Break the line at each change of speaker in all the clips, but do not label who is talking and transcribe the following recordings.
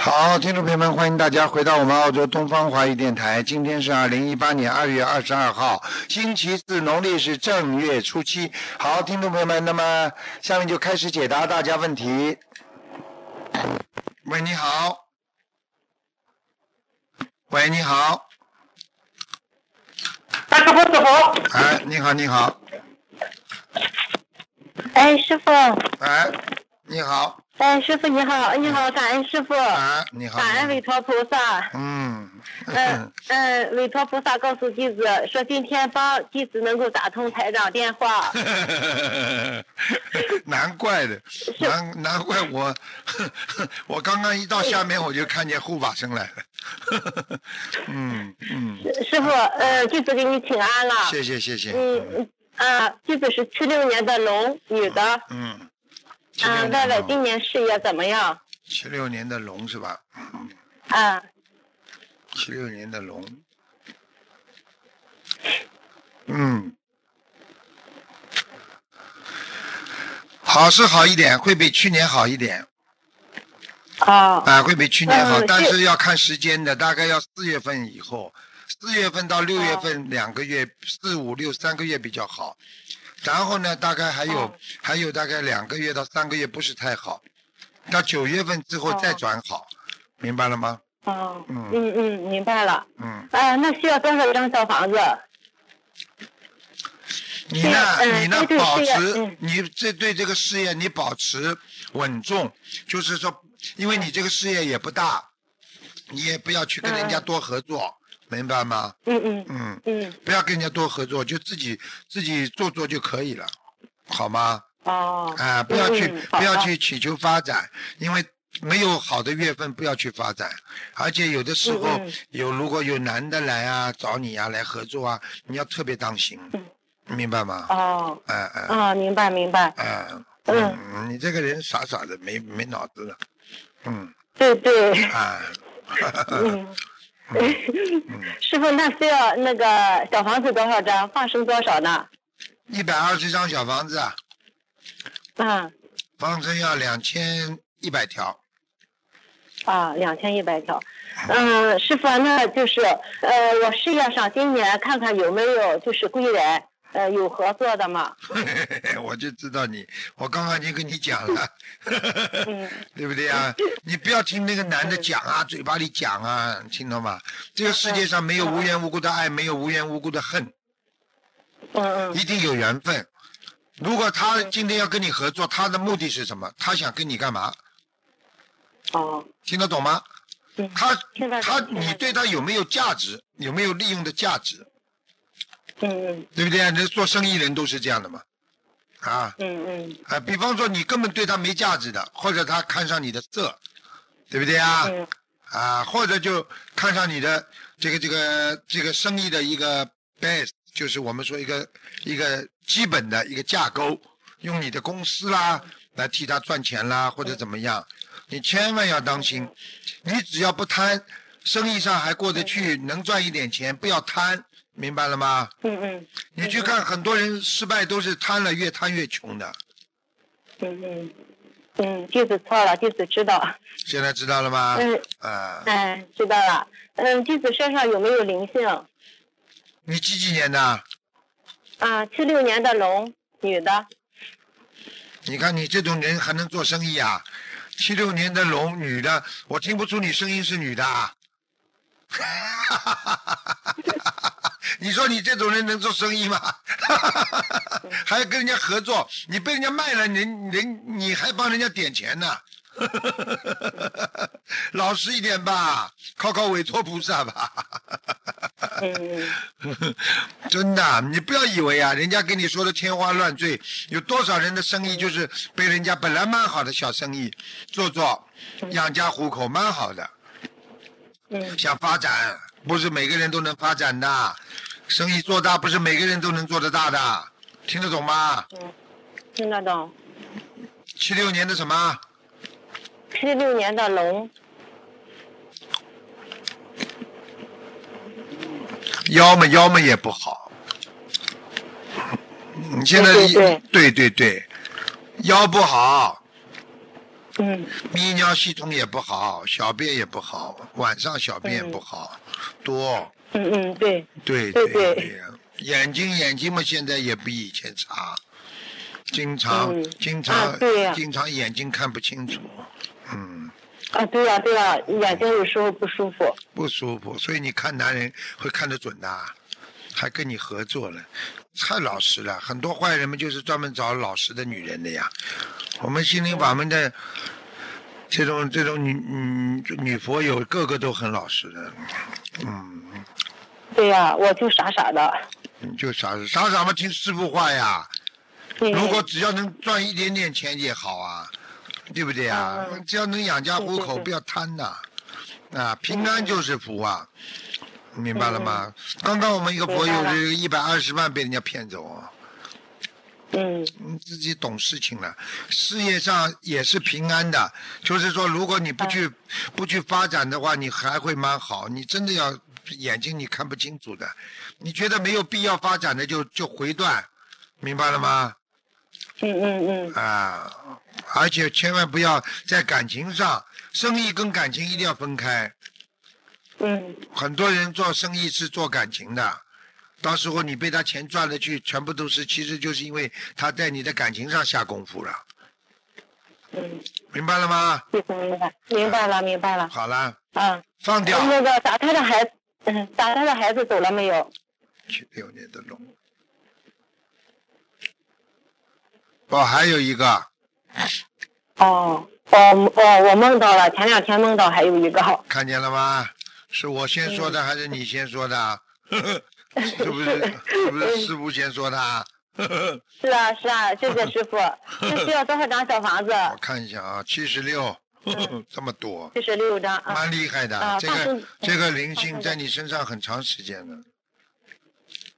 好，听众朋友们，欢迎大家回到我们澳洲东方华语电台。今天是二零一八年二月二十二号，星期四，农历是正月初七。好，听众朋友们，那么下面就开始解答大家问题。喂，你好。喂，你好。
哎，师傅，师傅，
哎，你好，你好。
哎，师傅，
哎，你好。
哎，师傅你好，你好，感恩师傅，感
哎，你好。
恩委托菩萨。
嗯。
嗯嗯，委托菩萨告诉弟子说，今天帮弟子能够打通台长电话。
难怪的，难难怪我， 我刚刚一到下面我就看见护法神来了， 嗯嗯，
师傅，呃，弟子给你请安了。
谢谢谢谢，
嗯啊，弟子是七六年的龙，女的。
嗯，七
啊
六，
问
年
问
的
今年事业怎么样？
七六年的龙是吧？
啊，
嗯七六年的龙，嗯，好是好一点，会比去年好一点，
哦，
啊，会比去年好，
嗯
但
这
是要看时间的，大概要四月份以后，四月份到六月份两个月，四五六三个月比较好。然后呢，大概还有、
哦
还有大概两个月到三个月不是太好，到九月份之后再
哦
转好，明白了吗？
哦，
嗯
嗯嗯，明白了。
嗯，
啊，那需要多少张小房子？
你呢？
嗯
你呢？
对对
保
是的
持、
嗯
你这对这个事业你保持稳重，就是说，因为你这个事业也不大，你也不要去跟人家
嗯
多合作，明白吗？
嗯嗯
嗯。
嗯，
不要跟人家多合作，就自己自己做做就可以了，好吗？
哦，
啊、不要去、
嗯嗯好
不要
的
去祈求发展，因为没有好的月份不要去发展，而且有的时候、
嗯嗯
有如果有男的来啊找你啊来合作啊，你要特别当心，明白吗？
嗯哦，
哎哎
啊，明白明白。
哎，
嗯
嗯，你这个人傻傻的，没没脑子的，嗯
对对，
啊，
嗯，师傅，那需要那个小房子多少张，放生多少呢？
一百二十张小房子，啊，
啊
方程要两千一百条，
啊，两千一百条。嗯，师傅，那就是呃，我事业上今年看看有没有就是贵人，呃，有合作的嘛？
我就知道你，我刚刚已经跟你讲了，
嗯，
对不对啊？你不要听那个男的讲啊，嘴巴里讲啊，听到吗？这个世界上没有无缘无故的爱，没有无缘无故的恨，
嗯
一定有缘分。如果他今天要跟你合作，他的目的是什么？他想跟你干嘛？
嗯，哦，
听得懂吗
嗯？
他
听得懂
他，
听得懂
你对他有没有价值？有没有利用的价值？
嗯
对不对啊？人做生意人都是这样的嘛，啊，
嗯嗯
啊，比方说你根本对他没价值的，或者他看上你的色，对不对啊？
嗯
啊，或者就看上你的这个这个这个生意的一个 base，就是我们说一个一个基本的一个架构，用你的公司啦来替他赚钱啦，或者怎么样，你千万要当心，你只要不贪，生意上还过得去，能赚一点钱，不要贪，明白了吗？
嗯嗯
你去看很多人失败都是贪了，越贪越穷的。
嗯嗯嗯，弟子错了，弟子知道。
现在知道了吗？
嗯，
啊，
哎，知道了。嗯，弟子身上有没有灵性？
你几几年的？
啊，七六年的龙，女的。
你看你这种人还能做生意啊？七六年的龙，女的，我听不出你声音是女的啊。 你说你这种人能做生意吗？还要跟人家合作，你被人家卖了，人人你还帮人家点钱呢？老实一点吧，靠靠委托菩萨吧。
嗯嗯
真的，你不要以为啊，人家跟你说的天花乱坠，有多少人的生意就是被人家本来蛮好的小生意做做，养家糊口蛮好的，
嗯
想发展不是每个人都能发展的，生意做大不是每个人都能做得大的，听得懂吗？
嗯，听得懂。
七六年的什么？
七六年的龙，
腰嘛腰嘛也不好，你现在
对对
对对对腰不好，
嗯
泌尿系统也不好，小便也不好，晚上小便也不好，多，
嗯嗯，对，
对
对
对
对
眼睛眼睛嘛，现在也比以前差，经常、
嗯
经常、
啊对呀
经常眼睛看不清楚，嗯，
啊对呀、对呀、眼睛有时候不舒服。
不舒服，所以你看男人会看得准的、还跟你合作了，太老实了。很多坏人们就是专门找老实的女人的呀。我们心灵法门的这种这种女嗯女佛友，个个都很老实的，嗯，
对呀、我就傻傻的。
你嗯就傻傻傻嘛，听师傅话呀。
嗯、
如果只要能赚一点点钱也好啊，对不对啊？
嗯
只要能养家糊
对对
口，
对
不要贪呐、啊，平安就是福啊，明白了吗？刚刚我们一个朋
明
友
白了
这一百二十万被人家骗走啊，
嗯
你自己懂事情了，事业上也是平安的。就是说，如果你不去、不去发展的话，你还会蛮好。你真的要眼睛你看不清楚的，你觉得没有必要发展的就就回段，明白了吗？
嗯嗯嗯，
啊，而且千万不要在感情上，生意跟感情一定要分开。
嗯
很多人做生意是做感情的，到时候你被他钱赚了去，全部都是，其实就是因为他在你的感情上下功夫了，
嗯，
明白了吗？
明白明白明白了明白了
好了，
啊。
放掉。
那个打胎的孩子，嗯，打胎的孩子走了没有？
七六年的龙。哦，还有一个，
哦哦哦，我梦到了，前两天梦到还有一个，
看见了吗？是我先说的还是你先说的 啊？是不是？是不是师傅先说的啊？
是啊是啊，谢谢 师傅。这需要多少张小房子？
我看一下啊，七十六，这么多，
四十六张啊。
蛮厉害的。
啊
这
放
个
松
这个灵
放
性
松嗯
在你身上很长时间了。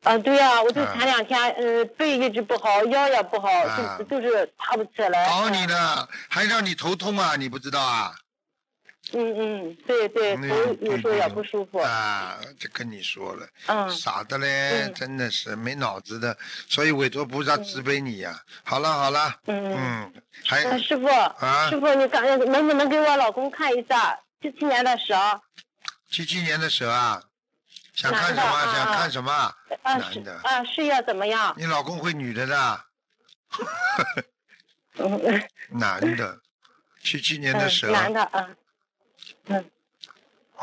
啊，对呀、我就
啊
前两天，呃，背一直不好，腰也不好，
啊
就就是爬不起来。
搞你
嗯
呢，还让你头痛啊？你不知道啊？
嗯嗯，对对，
嗯
头有时候也不舒服。
啊，这跟你说了，
嗯，
傻的嘞，
嗯
真的是没脑子的，所以委托菩萨慈悲你呀。好了好了，
嗯
嗯，还
那师傅，
啊
师傅，你感觉能不能给我老公看一下七七年的蛇？啊
七七年的蛇啊，想看
男的
什么？
啊
想
啊
看什么？
啊，
男
事
的
啊，事业怎么样？
你老公会女的的，
嗯嗯
男的，七七年的蛇。
嗯，男的啊，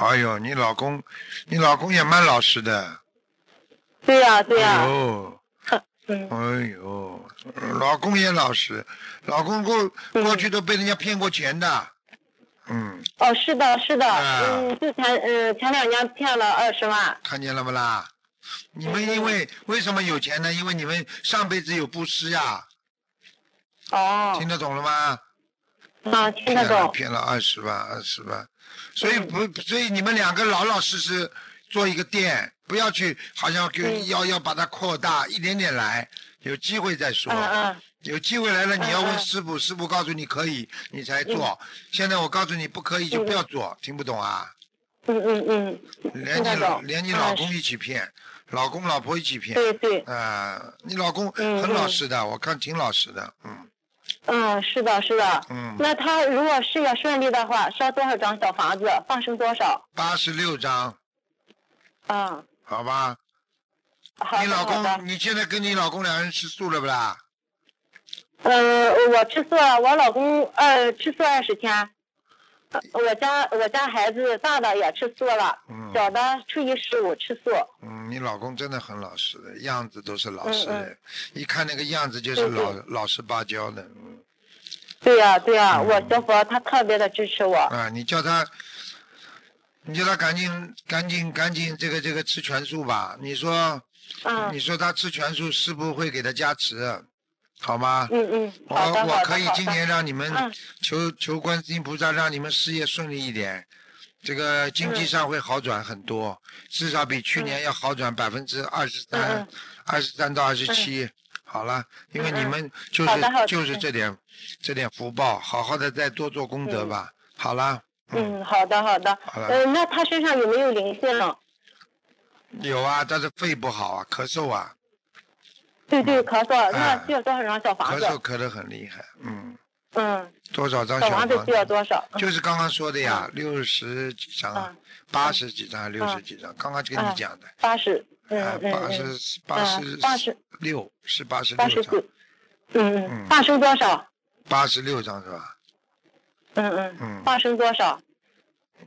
哎呦，你老公，你老公也蛮老实的。
对呀对
哎
呀，
呦，
嗯
哎呦，老公也老实，老公过过去都被人家骗过钱的。嗯，
哦，是的是的，
啊
嗯，就前嗯前两年骗了二十万，
看见了不啦？你们因为为什么有钱呢？因为你们上辈子有布施呀，
哦
听，得懂了吗？
啊，听
骗
得
了
懂，
骗了二十万，二十万，所以不，所以你们两个老老实实做一个店，不要去好像就
嗯
要要把它扩大，一点点来，有机会再说。
嗯嗯，
有机会来了，你要
嗯
问
嗯
师傅，师傅告诉你可以，你才做。现在我告诉你不可以，就不要做，听不懂啊？
嗯嗯嗯，
连
听
你
得
老
懂，
连你
嗯
老
是
公一起骗，老公老婆一起骗。
对对，
啊，你老公
嗯
很老
嗯
实的，我看挺老实的，嗯
嗯，是的是的，
嗯，
那他如果事业顺利的话，烧多少张小房子，放生多少？
八十六张，
嗯，
好吧？
好的
你老
好的
公，你现在跟你老公两人吃素了不啦？嗯
呃，我吃素，我老公呃吃素二十天。呃我家我家孩子大的也吃素了，
嗯
小的初一十五吃素。
嗯，你老公真的很老实的，样子都是老实
嗯嗯
人，一看那个样子就是
对对
老老实巴交的，嗯。
对呀、对呀、我学佛，他特别的支持我。
啊，你叫他，你叫他赶紧赶紧赶紧这个这个吃全素吧。你说、
嗯
你说他吃全素，师傅会给他加持，好吗？
嗯嗯，
我
好的好的
我
好
可以今
的。
年让你们
嗯
求、求观世音菩萨，让你们事业顺利一点，这个经济
嗯
上会好转很多，至少比去年要好转百分之二十
嗯
三、二十三到二十七。好了，因为你
嗯嗯
们就是
好的好的
就是这点这点福报，好好的再多做功德
嗯
吧。好了，
嗯，好的好的。
好了
嗯、那他身上有没有灵性？
有啊，但是肺不好啊，咳嗽啊，
对对，咳嗽。那
哎
需要多少张小房
咳
啊
子？
嗽咳得很厉害，嗯，
嗯，
多少张
小
小
房
房
子需要多少？
就是刚刚说的呀，六十几张啊
嗯，
八十几张，六十几张，刚刚就跟你讲的，
八十，嗯
啊，
嗯
八
嗯，
十八十
八十
六是八十
八
六
十
张，
四，嗯嗯，
嗯
大声多少？
八十六张是吧？
嗯嗯，
嗯
大声多少？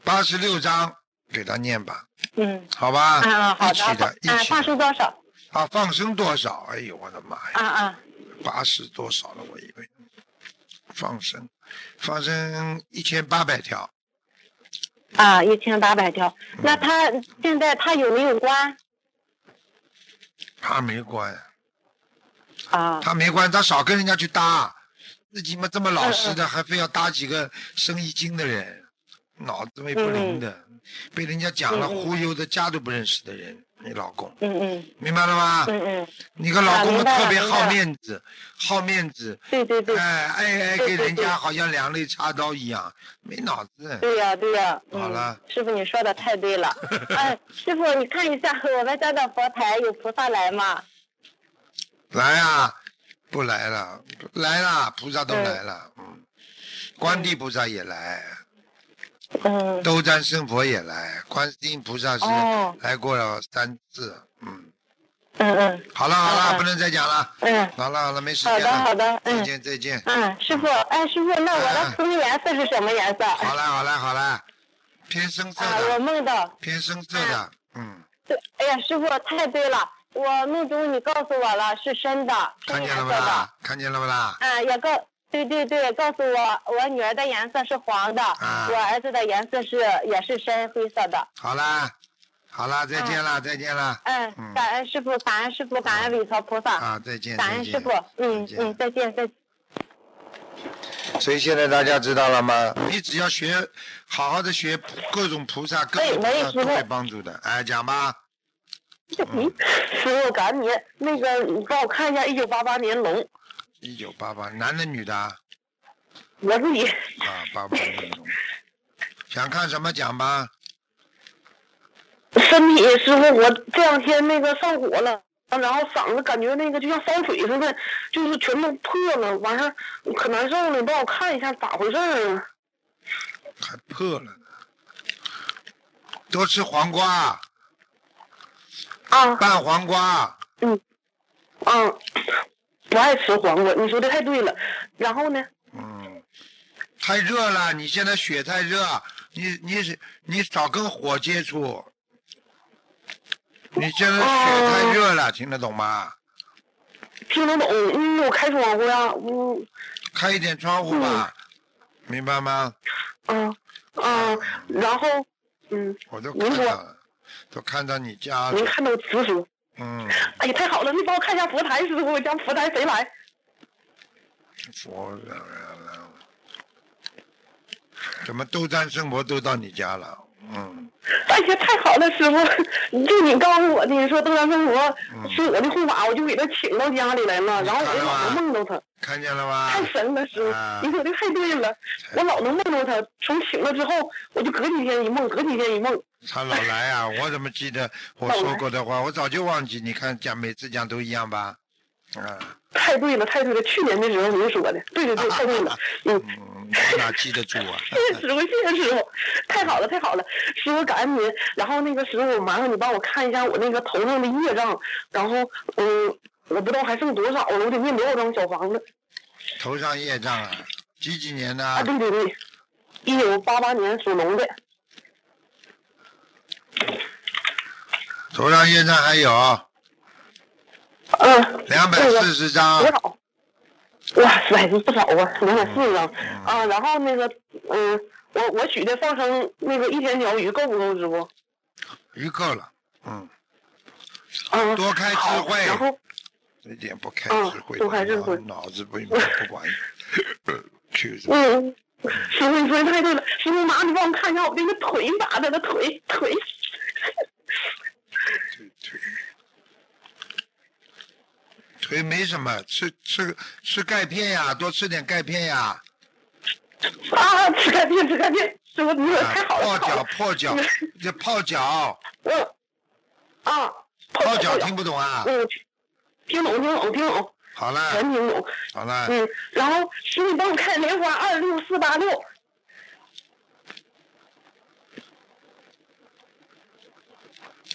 八十六张给他念吧，
嗯，
好吧？
嗯嗯，好的，
一起
好的
的，一
啊，
起
大
的
声多少？
啊，放生多少？哎呦，我的妈呀！
啊啊，
八十多少了？我以为放生，放生一千八百条，
啊，一千八百条。
嗯
那他现在他有没有关？
他没关，
啊，
他没关，他少跟人家去搭，自己嘛这么老实
嗯
的，还非要搭几个生意经的人，脑子没不灵的，
嗯
被人家讲了
嗯嗯
忽悠的家都不认识的人，你老公
嗯嗯
明白了吗？
嗯嗯，
你个老
啊明
公嘛
白了
特别
明白
好
了
面子，好面子，
对对对，
哎哎哎，给
对对
人家好像两肋插刀一样，没脑子。
对呀、对呀、嗯，
好了
师傅你说的太对 了。哎，师傅你看一下我们家的佛台有菩萨来吗？
来啊，不来了，来了，菩萨都来了，嗯，观地菩萨也来，
嗯，
斗战胜佛也来，观世音菩萨是
哦
来过了三次，嗯，
嗯嗯
好了好
嗯
了，
嗯
不能再讲了，
嗯，
好了好了，没时
好
间
的好
了，
的，
再
嗯
见再见，
嗯，师傅，哎师傅，那我的图腾颜色是什么颜色？
好了好了好了，偏深色
啊，我
的，
梦到，
偏深色的，嗯，
对，哎呀，师傅太对了，我梦中你告诉我了是深的，深
看
颜
见
色
了不
的，
啦？看见了不啦？
啊，也告。对对对，告诉我，我女儿的颜色是黄的，
啊
我儿子的颜色是也是深灰色的。
好啦，好啦，再见啦再见啦，
嗯，
嗯
感恩师傅，感恩师傅，感恩韦陀菩萨，
啊再见
感
再
恩师
见
傅。。嗯
再见
嗯，再见再见。
所以现在大家知道了吗？你只要学，好好的学菩各种菩萨，各种菩
哎我也
萨
是问
都会帮助的。哎，讲吧，
嗯，师傅，赶紧那个，你帮我看一下一九八八年龙，
一九八八，男的女的啊？
我自己
啊，八八年龙。想看什么讲吧？
身体，师傅，我这两天那个上火了，然后嗓子感觉那个就像烧水似的，就是全都破了，完事儿可难受了，你帮我看一下咋回事儿啊？
还破了呢。多吃黄瓜，
啊
拌黄瓜，
啊，不爱吃黄瓜，你说的太对了。然后呢，
嗯，太热了，你现在血太热，你你是你少跟火接触。你现在血太热了，听得懂吗？
听得懂？嗯，我开窗户呀，嗯
开一点窗户吧，明白吗？
啊啊，然后嗯，
我都
您
看
说
到了，都看到你家
您
了，
看到直说。
嗯，
哎呀，太好了！你帮我看一下佛台，师傅，我家佛台谁来？
佛怎么斗战胜佛都到你家了？嗯，
哎呀，太好了，师傅！就你告诉我的，你说登山生活是我的护法，我就给他请到家里来了，然后我就老能梦到他，
嗯看见了吧？
太神了，师
啊
傅！你说的太对了，我老能梦到他。从请了之后，我就隔几天一梦，隔几天一梦。
他老来啊！我怎么记得我说过的话？我早就忘记。你看讲每次讲都一样吧？啊，
太对了，太对了！去年的时候您说的，对对对，太 对了。嗯，
嗯，我哪记得住啊？
谢谢师傅，谢谢师傅，太好了，太好了，师傅感恩您。然后那个师傅，麻烦你帮我看一下我那个头上的业障，然后嗯，我不知道还剩多少了，我得念多少张小房子
头上业障啊！几几年的啊
啊？？对对对，一九八八年属龙的，
头上业障还有
嗯，
两百四十张
多，少？哇塞，不少啊，两百四十张啊。然后那个嗯，我我许的放生那个一千条鱼够不够，师傅？
鱼够了。嗯，
嗯，
多开智
好
慧
然后
一点不开
嗯
智慧
不开
的，
智
脑
慧
脑子不不管用， 就是
嗯，师傅，你说的太对了。师傅，妈，你帮我看一下我这个腿咋的了？腿腿，
腿腿腿没什么，吃吃吃钙片呀，多吃点钙片呀。
啊，吃钙片，吃钙片。师傅，你说
啊
太好
泡
了，太好
脚
了。
泡脚，这泡脚
嗯，啊，
泡脚听不懂啊？
嗯，听懂，听懂，听懂。
好了，
全听懂。
好了，
嗯，然后师傅帮我看莲花二六四八六，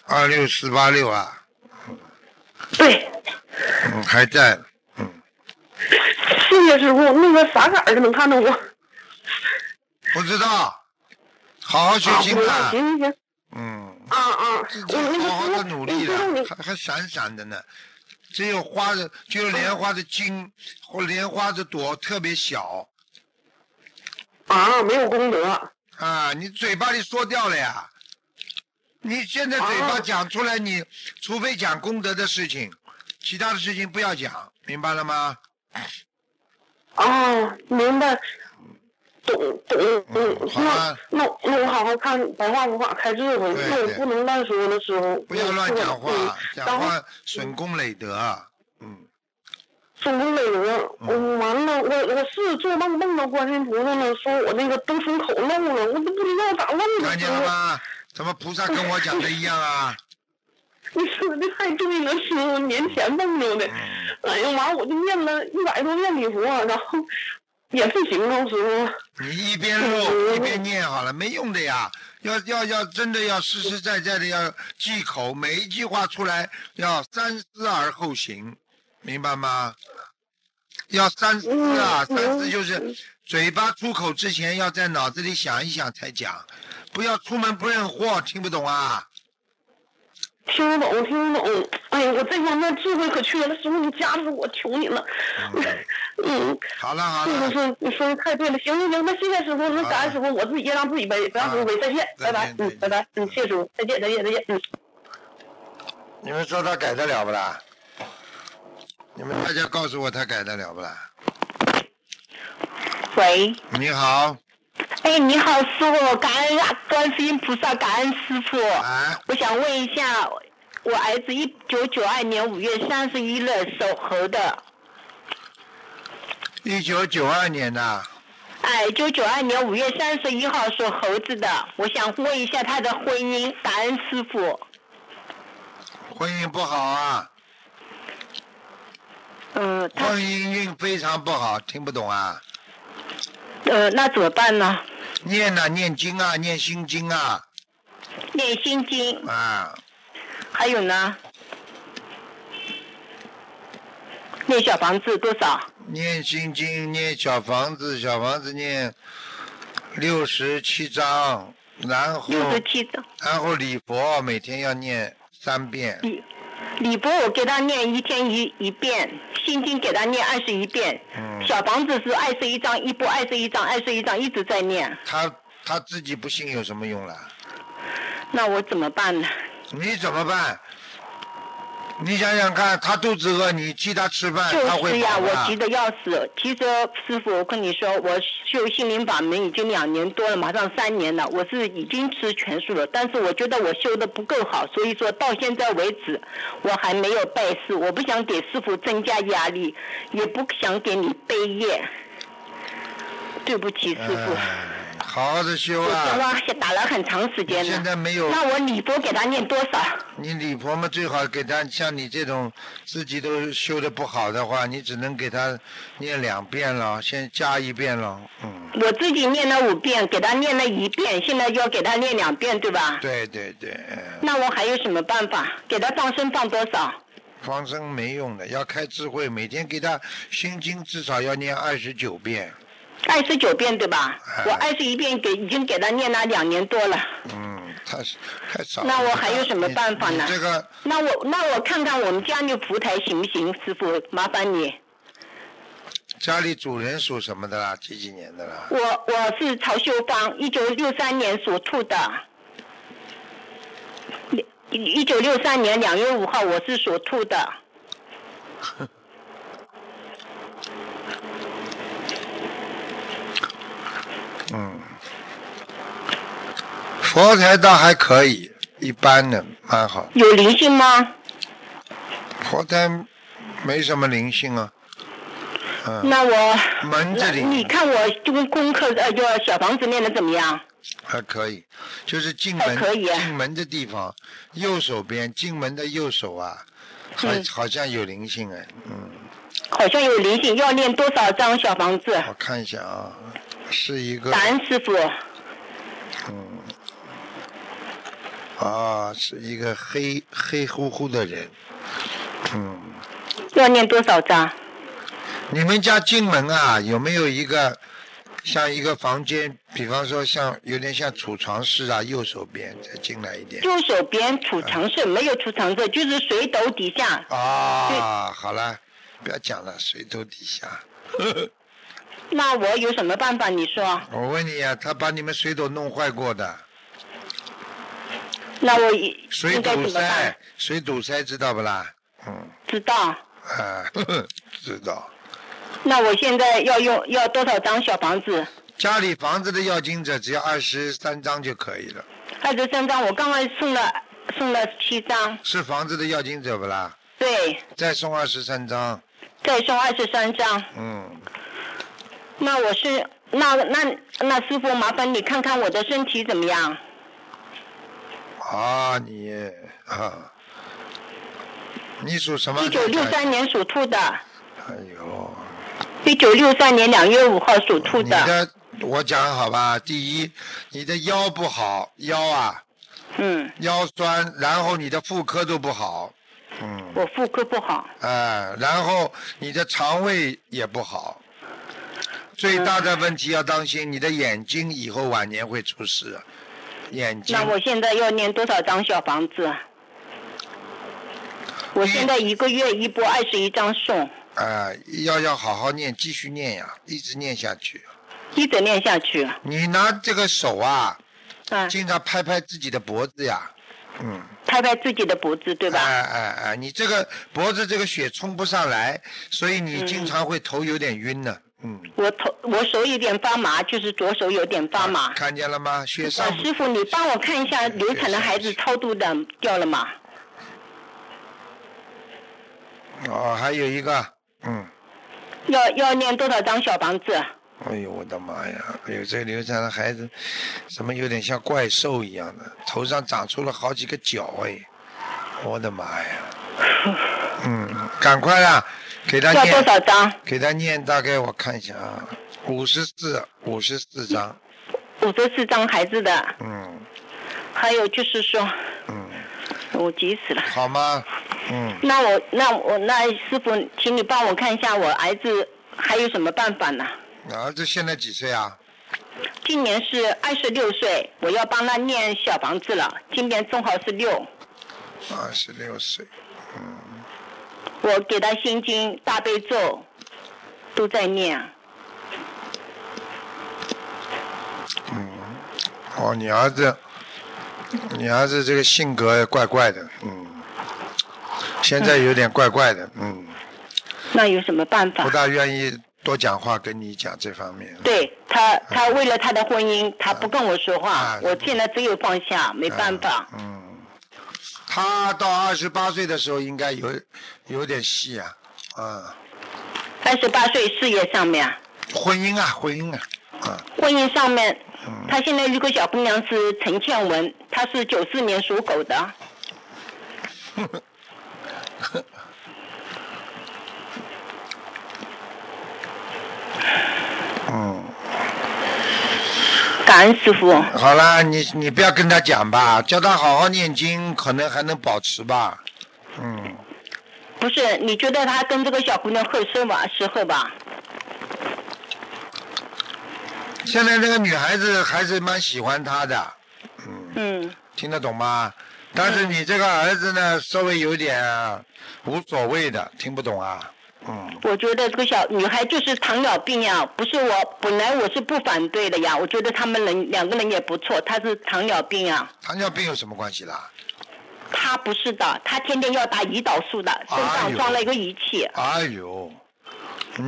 二六四八六啊，
对，
嗯，还在，
谢谢师傅。那个啥色儿的能看着我？
不知道，好好学
啊，
习
不知道
吧，
行行行，
嗯，
啊啊，
自己
我那个哎
好好
师
的
傅，
努
你
力
知道
的，
你
还还闪闪的呢。只有花的，只有莲花的茎或莲花的朵特别小
啊，没有功德，
啊，你嘴巴里说掉了呀。你现在嘴巴
哦
讲出来，你除非讲功德的事情，其他的事情不要讲，明白了吗？
啊，明白，懂懂，嗯
嗯，好
那
吧
那那我好好看白话佛法开智慧，
对
那我
对
不能乱说了，师傅，
不要乱讲话
嗯，
讲
然后
话损功累德。嗯，
总共美容，我完了，我我是做梦梦到观世音菩萨了，说我那个灯封口漏了，我都不知道咋问的。
看见了吗？怎么菩萨跟我讲的一样啊？
你说的太对了，师傅，年前梦着的。
嗯，
哎呀，完我就念了一百多遍礼佛，然后也不行啊，师傅。
你一边
哦
录一边念好了，没用的呀。要要要，真的要实实在在的要忌口，每一句话出来要三思而后行，明白吗？要三思啊，
嗯
三思就是嘴巴出口之前要在脑子里想一想才讲，不要出门不认货，听不懂啊？
听不懂，听不懂。哎呀，我这方面智慧可缺了，师傅，你加持我，求你了。 嗯，
好了好
是
了
是。是，你说的太对了。行行行，那谢谢师傅，那感恩师傅，我自己也让自己背，不让师傅背。再见，拜拜，嗯，拜拜，嗯，谢谢师傅，再见，再见，再见，嗯。
你们说他改得了不啦？你们大家告诉我他改得了不啦？
喂，
你好，
哎，你好，师傅，感恩啊，观世音菩萨，感恩师傅。
啊，
我想问一下，我儿子一九九二年五月三十一日属猴的，
一九九二年的，
哎，一九九二年五月三十一号属猴子的，我想问一下他的婚姻，感恩师傅。
婚姻不好啊，
嗯，他
婚姻运非常不好，听不懂啊？
呃，那怎么办呢？
念呐、念经啊，念心经啊，
念心经，
啊，
还有呢？念小房子多少？
念心经，念小房子，小房子念六十七章，然后
六十七张。
然后礼佛每天要念三遍，
礼礼佛我给他念一天一一遍，心经给他念二十一遍，
嗯
小房子是二十一章，一波二十一章，二十一章一直在念，
他他自己不信有什么用了？
那我怎么办呢？
你怎么办？你想想看，他肚子饿，你替他吃饭，他
就
会啊
是呀，
饱
我
吗
急得要死。其实师傅，我跟你说，我修心灵法门已经两年多了，马上三年了，我是已经吃全素了，但是我觉得我修的不够好，所以说到现在为止，我还没有拜师，我不想给师傅增加压力，也不想给你背业。对不起，师傅。
哎好好的修
我电
啊！
话是打了很长时间
现
了。
在没有
那我礼佛给他念多少？
你李婆们最好给他像你这种自己都修的不好的话，你只能给他念两遍了，先加一遍了。嗯，
我自己念了五遍，给他念了一遍，现在要给他念两遍，对吧？
对对对，嗯
那我还有什么办法？给他放生放多少？
放生没用的，要开智慧，每天给他心经至少要念二十九遍。
二十九遍对吧
哎？
我二十一遍给已经给他念了两年多了。
嗯，太太少了。
那我还有什么办法呢
你这个
那我那我看看我们家里福台行不行，师傅？麻烦你，
家里主人属什么的啦？几几年的啦？
我我是曹秀芳，一九六三年属兔的。一九六三年两月五号，我是属兔的。
佛台倒还可以，一般的，蛮好。
有灵性吗？
佛台没什么灵性啊，
那我
门嗯这
那你
里
看我这个功课呃，就小房子念的怎么样？
还可以，就是进门
还可以啊
进门的地方，右手边进门的右手啊，好、
嗯
好像有灵性哎，嗯，
好像有灵性，要念多少张小房子？
我看一下啊，是一个
感恩师傅。
啊，是一个黑黑乎乎的人。嗯，
要念多少张？
你们家进门啊，有没有一个像一个房间？比方说像有点像储藏室啊，右手边再进来一点。
右手边储藏室没有储藏室，就是水斗底下。
啊，好了，不要讲了，水头底下。
那我有什么办法？你说？
我问你啊，他把你们水斗弄坏过的，
那我应
水
应该
堵
怎么办
塞？，水堵塞知道不啦？嗯，
知道。
啊，呵呵知道。
那我现在要用要多少张小房子？
家里房子的要经者只要二十三张就可以了，
二十三张，我刚刚送了送了七张，
是房子的要经者不啦？
对，
再送二十三张，
再送二十三张。
嗯，
那我是那那那师傅，麻烦你看看我的身体怎么样？
啊，你啊，你属什么？
一九六三年属兔的，
哎呦，
一九六三年两月五号属兔
你
的，
的我讲好吧，第一，你的腰不好，腰啊
嗯，
腰酸，然后你的妇科都不好，
我妇科不好，
哎，然后你的肠胃也不好，最大的问题要当心，你的眼睛以后晚年会出事，啊眼睛
那我现在要念多少张小房子？我现在一个月一波二十一张送，
啊、要要好好念，继续念呀，一直念下去。
一直念下去，
你拿这个手啊，
嗯，
经常拍拍自己的脖子呀，嗯，
拍拍自己的脖子，对
哎
吧？
哎哎，你这个脖子这个血冲不上来，所以你经常会头有点晕呢，嗯，
我头我手有点发麻，就是左手有点发麻。
看见了吗？血上
啊，师傅，你帮我看一下流产的孩子超度的掉了吗？
哦，还有一个，嗯。
要要念多少张小房子？
哎呦，我的妈呀！哎呦，这个流产的孩子，怎么有点像怪兽一样的？头上长出了好几个角哎！我的妈呀！嗯，赶快啊，给他
要多
念，
少张？
给他念，大概我看一下啊，五十四，五十四章。
五十四张孩子的，
嗯
还有就是说，
嗯，
我急死了。
好吗？嗯，
那我那我那师傅，请你帮我看一下我儿子还有什么办法呢？
儿子现在几岁啊？
今年是二十六岁，我要帮他念小房子了。今年正好是六，
二十六岁。
我给他心经、大悲咒都在念。啊
哦，你儿子，你儿子这个性格怪怪的，嗯，现在有点怪怪的，嗯。
那有什么办法
不？大愿意多讲话跟你讲这方面。
对他，他为了他的婚姻，他不跟我说话
啊，嗯
我现在只有放下，没办法。
他到二十八岁的时候应该有有点戏啊，啊，
二十八岁事业上
嗯
面，
婚姻啊，婚姻啊，啊，
婚姻上面，他现在有个小姑娘是陈倩文，她是九四年属狗 的，
嗯
感恩师傅。
好啦，你你不要跟他讲吧，叫他好好念经，可能还能保持吧。
不是，你觉得他跟这个小姑娘合适吗？适合吧？
现在这个女孩子还是蛮喜欢他的，
嗯，
听得懂吗？但是你这个儿子呢，稍微有点啊无所谓的，听不懂啊。
我觉得这个小女孩就是糖尿病呀，不是我，本来我是不反对的呀，我觉得他们人两个人也不错，她是糖尿病呀。
糖尿病有什么关系啦？
他不是的，他天天要打胰岛素的，身
哎
上
呦
装了一个仪器。
哎呦，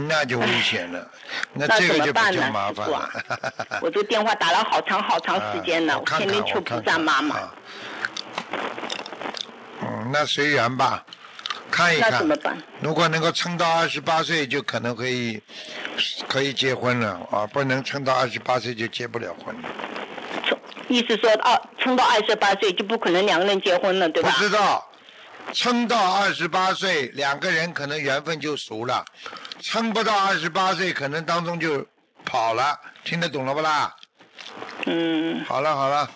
那就危险了，那
那
这个就
怎么
比
办
较
呢，
麻
师
烦
傅啊
了。
我这个电话打了好长好长时间了，
啊我看
天
看
天求
我
菩
看
萨
看
妈妈，
啊嗯，那随缘吧，看一
那
看
怎么。办？
如果能够撑到二十八岁，就可能可以可以结婚了啊！不能撑到二十八岁就结不了婚了。
哦冲意思说，二、撑到二十八岁就不可能两个人结婚了，对
不
吧？
知道，撑到二十八岁，两个人可能缘分就熟了；撑不到二十八岁，可能当中就跑了。听得懂了不啦？
嗯，
好了好了，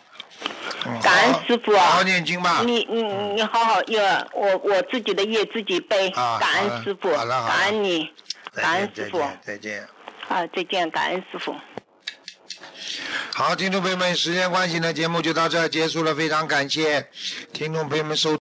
嗯
感恩
好好
师父啊
好好念经吧。
你你
嗯
你好好业，我我自己的业自己背，
啊
感
好了
恩师傅，
好了好了
感恩你，
再
感恩
见再
师傅
见再见。
啊，再见，感恩师傅。
好，听众朋友们，时间关系呢，节目就到这儿结束了。非常感谢听众朋友们收。